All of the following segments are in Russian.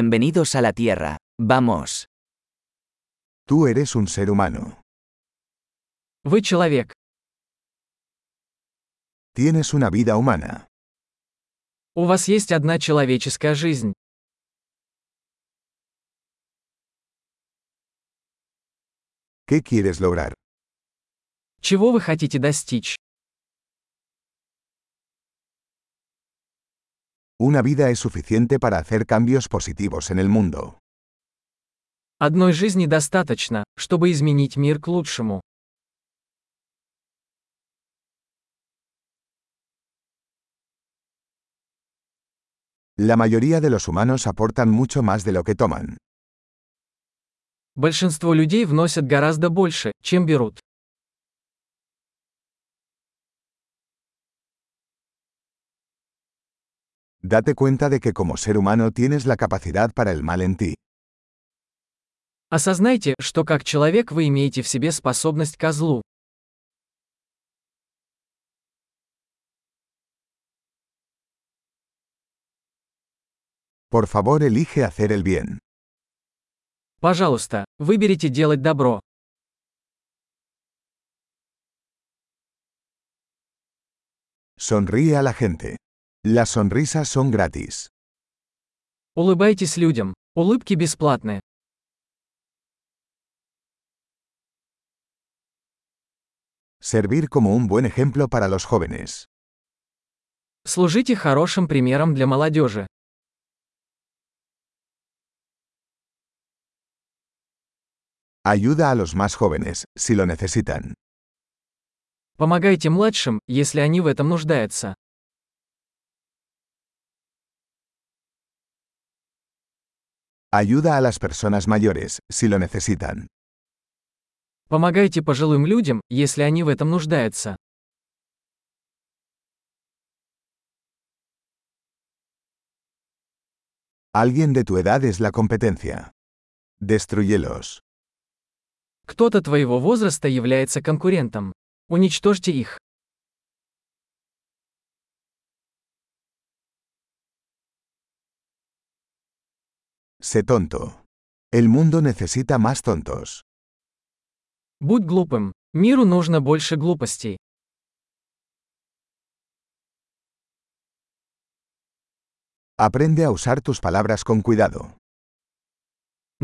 Bienvenidos a la Tierra. Vamos. Tú eres un ser humano. Вы человек. Tienes una vida humana. У вас есть одна человеческая жизнь. ¿Qué quieres lograr? Чего вы хотите достичь? Una vida es suficiente para hacer cambios positivos en el mundo. Одной жизни достаточно, чтобы изменить мир к лучшему. La mayoría de los humanos aportan mucho más de lo que toman. Большинство людей вносят гораздо больше, чем берут. Date cuenta de que como ser humano tienes la capacidad para el mal en ti. Осознайте, что как человек вы имеете в себе способность ко злу. Por favor, elige hacer el bien. Пожалуйста, выберите делать добро. Sonríe a la gente. Las sonrisas son gratis. Улыбайтесь людям. Улыбки бесплатны. Servir como un buen ejemplo para los jóvenes. Служите хорошим примером для молодежи. Ayuda a los más jóvenes, si lo necesitan. Помогайте младшим, если они в этом нуждаются. Ayuda a las personas mayores, si lo necesitan. Помогайте пожилым людям, если они в этом нуждаются. Alguien de tu edad es la competencia. Destruyelos. Кто-то твоего возраста является конкурентом. Уничтожьте их. Sé tonto. El mundo necesita más tontos. Будь глупым. Миру нужно больше глупостей. Aprende a usar tus palabras con cuidado.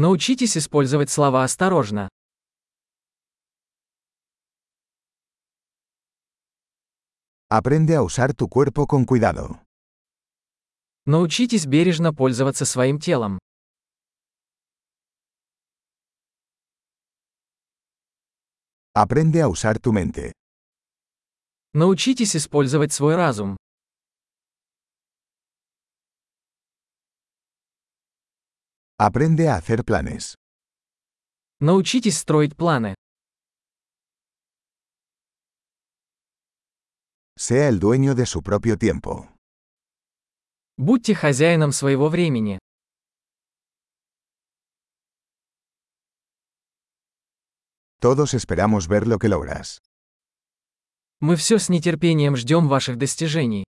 Научитесь использовать слова осторожно. Aprende a usar tu cuerpo con cuidado. Научитесь бережно пользоваться своим телом. Aprende a usar tu mente. Научитесь использовать свой разум. Aprende a hacer planes. Научитесь строить планы. Sea el dueño de su propio tiempo. Будьте хозяином своего времени. Todos esperamos ver lo que logras. Мы все с нетерпением ждем ваших достижений.